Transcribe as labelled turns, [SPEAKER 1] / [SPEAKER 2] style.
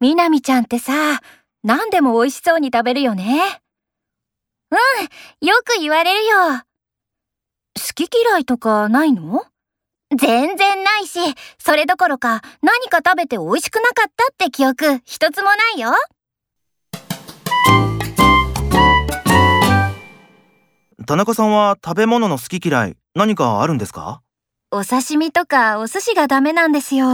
[SPEAKER 1] みなみちゃんってさ、何でも美味しそうに食べるよね。
[SPEAKER 2] うん、よく言われるよ。
[SPEAKER 1] 好き嫌いとかないの
[SPEAKER 2] 全然ないし、それどころか何か食べて美味しくなかったって記憶一つもないよ。
[SPEAKER 3] 田中さんは食べ物の好き嫌い何かあるんですか
[SPEAKER 2] お刺身とかお寿司がダメなんですよ。